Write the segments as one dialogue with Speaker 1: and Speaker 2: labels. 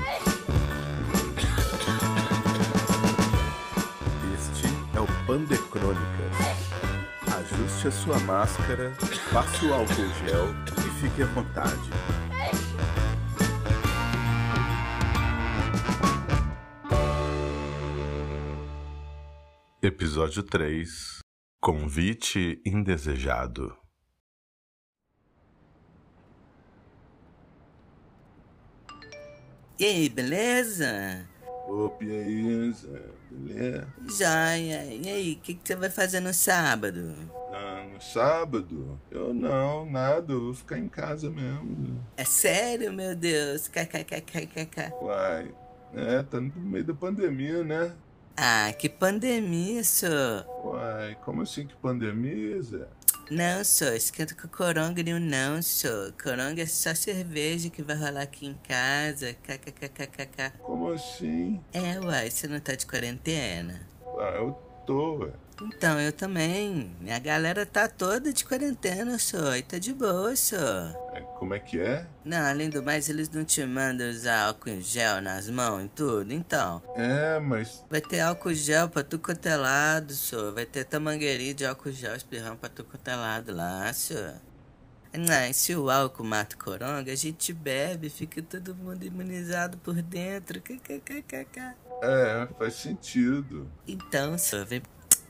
Speaker 1: é eletrônicas. Ajuste a sua máscara, passe o álcool gel e fique à vontade. Episódio 3 Convite indesejado.
Speaker 2: E aí, beleza?
Speaker 1: Opa, e aí, Zé? Beleza?
Speaker 2: Joia, e aí, o que, que você vai fazer no sábado?
Speaker 1: Ah, no sábado? Eu não, nada, eu vou ficar em casa mesmo.
Speaker 2: É sério, meu Deus? KKKKKK.
Speaker 1: Uai, é, tá no meio da pandemia, né?
Speaker 2: Ah, que pandemia, senhor.
Speaker 1: Uai, como assim que pandemia, Zé?
Speaker 2: Não, senhor, esquenta com coronga nenhum, não, senhor. Coronga é só cerveja que vai rolar aqui em casa. KKKKKK.
Speaker 1: Como assim?
Speaker 2: É, uai, você não tá de quarentena?
Speaker 1: Ah, eu tô, ué.
Speaker 2: Então, eu também. A galera tá toda de quarentena, senhor, e tá de boa, senhor.
Speaker 1: É, Como é que é?
Speaker 2: Não, além do mais, eles não te mandam usar álcool em gel nas mãos e tudo, então.
Speaker 1: É, mas
Speaker 2: Vai ter álcool gel pra tu cotelado, senhor. Vai ter tamangueirinha de álcool gel espirrão pra tu cotelado lá, senhor. Não, e se o álcool mata o coronga, a gente bebe, fica todo mundo imunizado por dentro. KKKKK.
Speaker 1: é, faz sentido.
Speaker 2: Então, senhor, vem...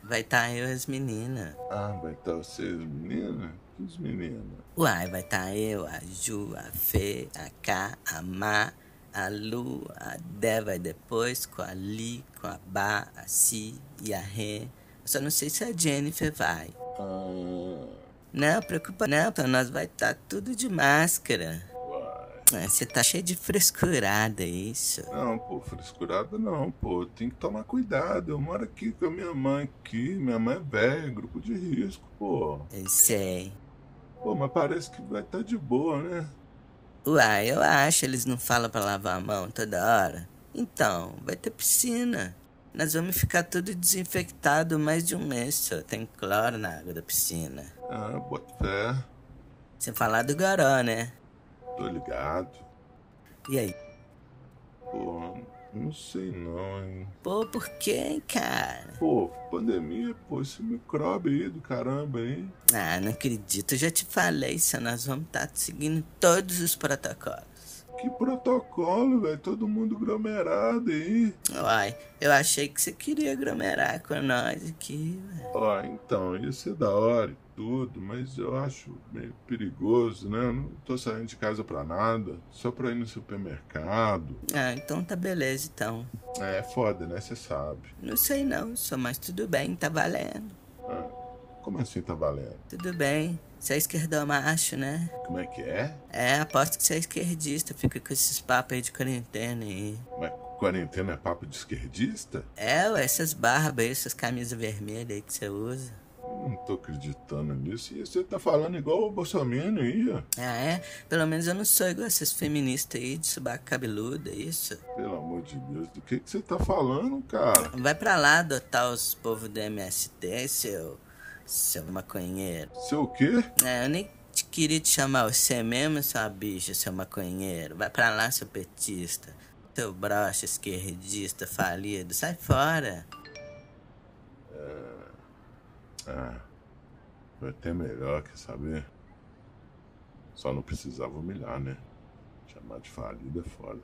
Speaker 2: vai tá eu e as meninas.
Speaker 1: Ah, vai estar vocês, menina? Que menina?
Speaker 2: Uai, vai tá eu, a Ju, a Fê, a K, a Má, a Lu, a Dé vai depois, com a Li, com a Bá, a Si e a Rê. Eu só não sei se a Jennifer vai.
Speaker 1: Ah,
Speaker 2: Não, preocupa não, pra nós vai estar tá tudo de máscara.
Speaker 1: uai.
Speaker 2: Ah, Você tá cheio de frescurada, é isso.
Speaker 1: Não, pô, frescurada não, pô. Tem que tomar cuidado. Eu moro aqui com a minha mãe aqui. Minha mãe é velha, grupo de risco, pô.
Speaker 2: Eu sei.
Speaker 1: Pô, mas parece que vai estar de boa, né?
Speaker 2: Uai, eu acho, eles não falam pra lavar a mão toda hora. Então, vai ter piscina. Nós vamos ficar tudo desinfectado mais de um mês, só. Tem cloro na água da piscina.
Speaker 1: Ah, bota fé.
Speaker 2: Sem falar do goró, né?
Speaker 1: Tô ligado.
Speaker 2: E aí?
Speaker 1: Pô, não sei não, hein?
Speaker 2: Pô, por quê, cara?
Speaker 1: Pô, pandemia, pô, esse micróbio aí do caramba, hein?
Speaker 2: Ah, não acredito, eu já te falei, só nós vamos estar seguindo todos os protocolos.
Speaker 1: Que protocolo, velho. Todo mundo aglomerado aí.
Speaker 2: Uai, eu achei que você queria aglomerar com nós aqui, ué.
Speaker 1: Ó, então, ia ser da hora e tudo, mas eu acho meio perigoso, né? Eu não tô saindo de casa pra nada, só pra ir no supermercado.
Speaker 2: Ah, então tá beleza, então.
Speaker 1: É foda, né? Você sabe.
Speaker 2: Não sei não, só mas tudo bem, tá valendo.
Speaker 1: É. Como assim tá valendo?
Speaker 2: Tudo bem, você é esquerdomacho, né?
Speaker 1: Como é que é?
Speaker 2: É, aposto que você é esquerdista, fica com esses papos aí de quarentena aí.
Speaker 1: Mas quarentena é papo de esquerdista?
Speaker 2: É, ué, essas barbas aí, essas camisas vermelhas aí que você usa.
Speaker 1: Não tô acreditando nisso. E você tá falando igual o Bolsonaro aí, ó.
Speaker 2: Ah, é? Pelo menos eu não sou igual essas feministas aí de subaco cabeludo, é isso?
Speaker 1: Pelo amor de Deus, do que que você tá falando, cara?
Speaker 2: Vai pra lá adotar os povos do MST, seu, seu maconheiro.
Speaker 1: Seu o quê?
Speaker 2: É, eu nem te queria te chamar você mesmo, sua bicha, seu maconheiro. Vai pra lá, seu petista. Seu broxa esquerdista falido, sai fora.
Speaker 1: Ah, foi até melhor, quer saber? Só não precisava humilhar, né? Chamar de falido é foda.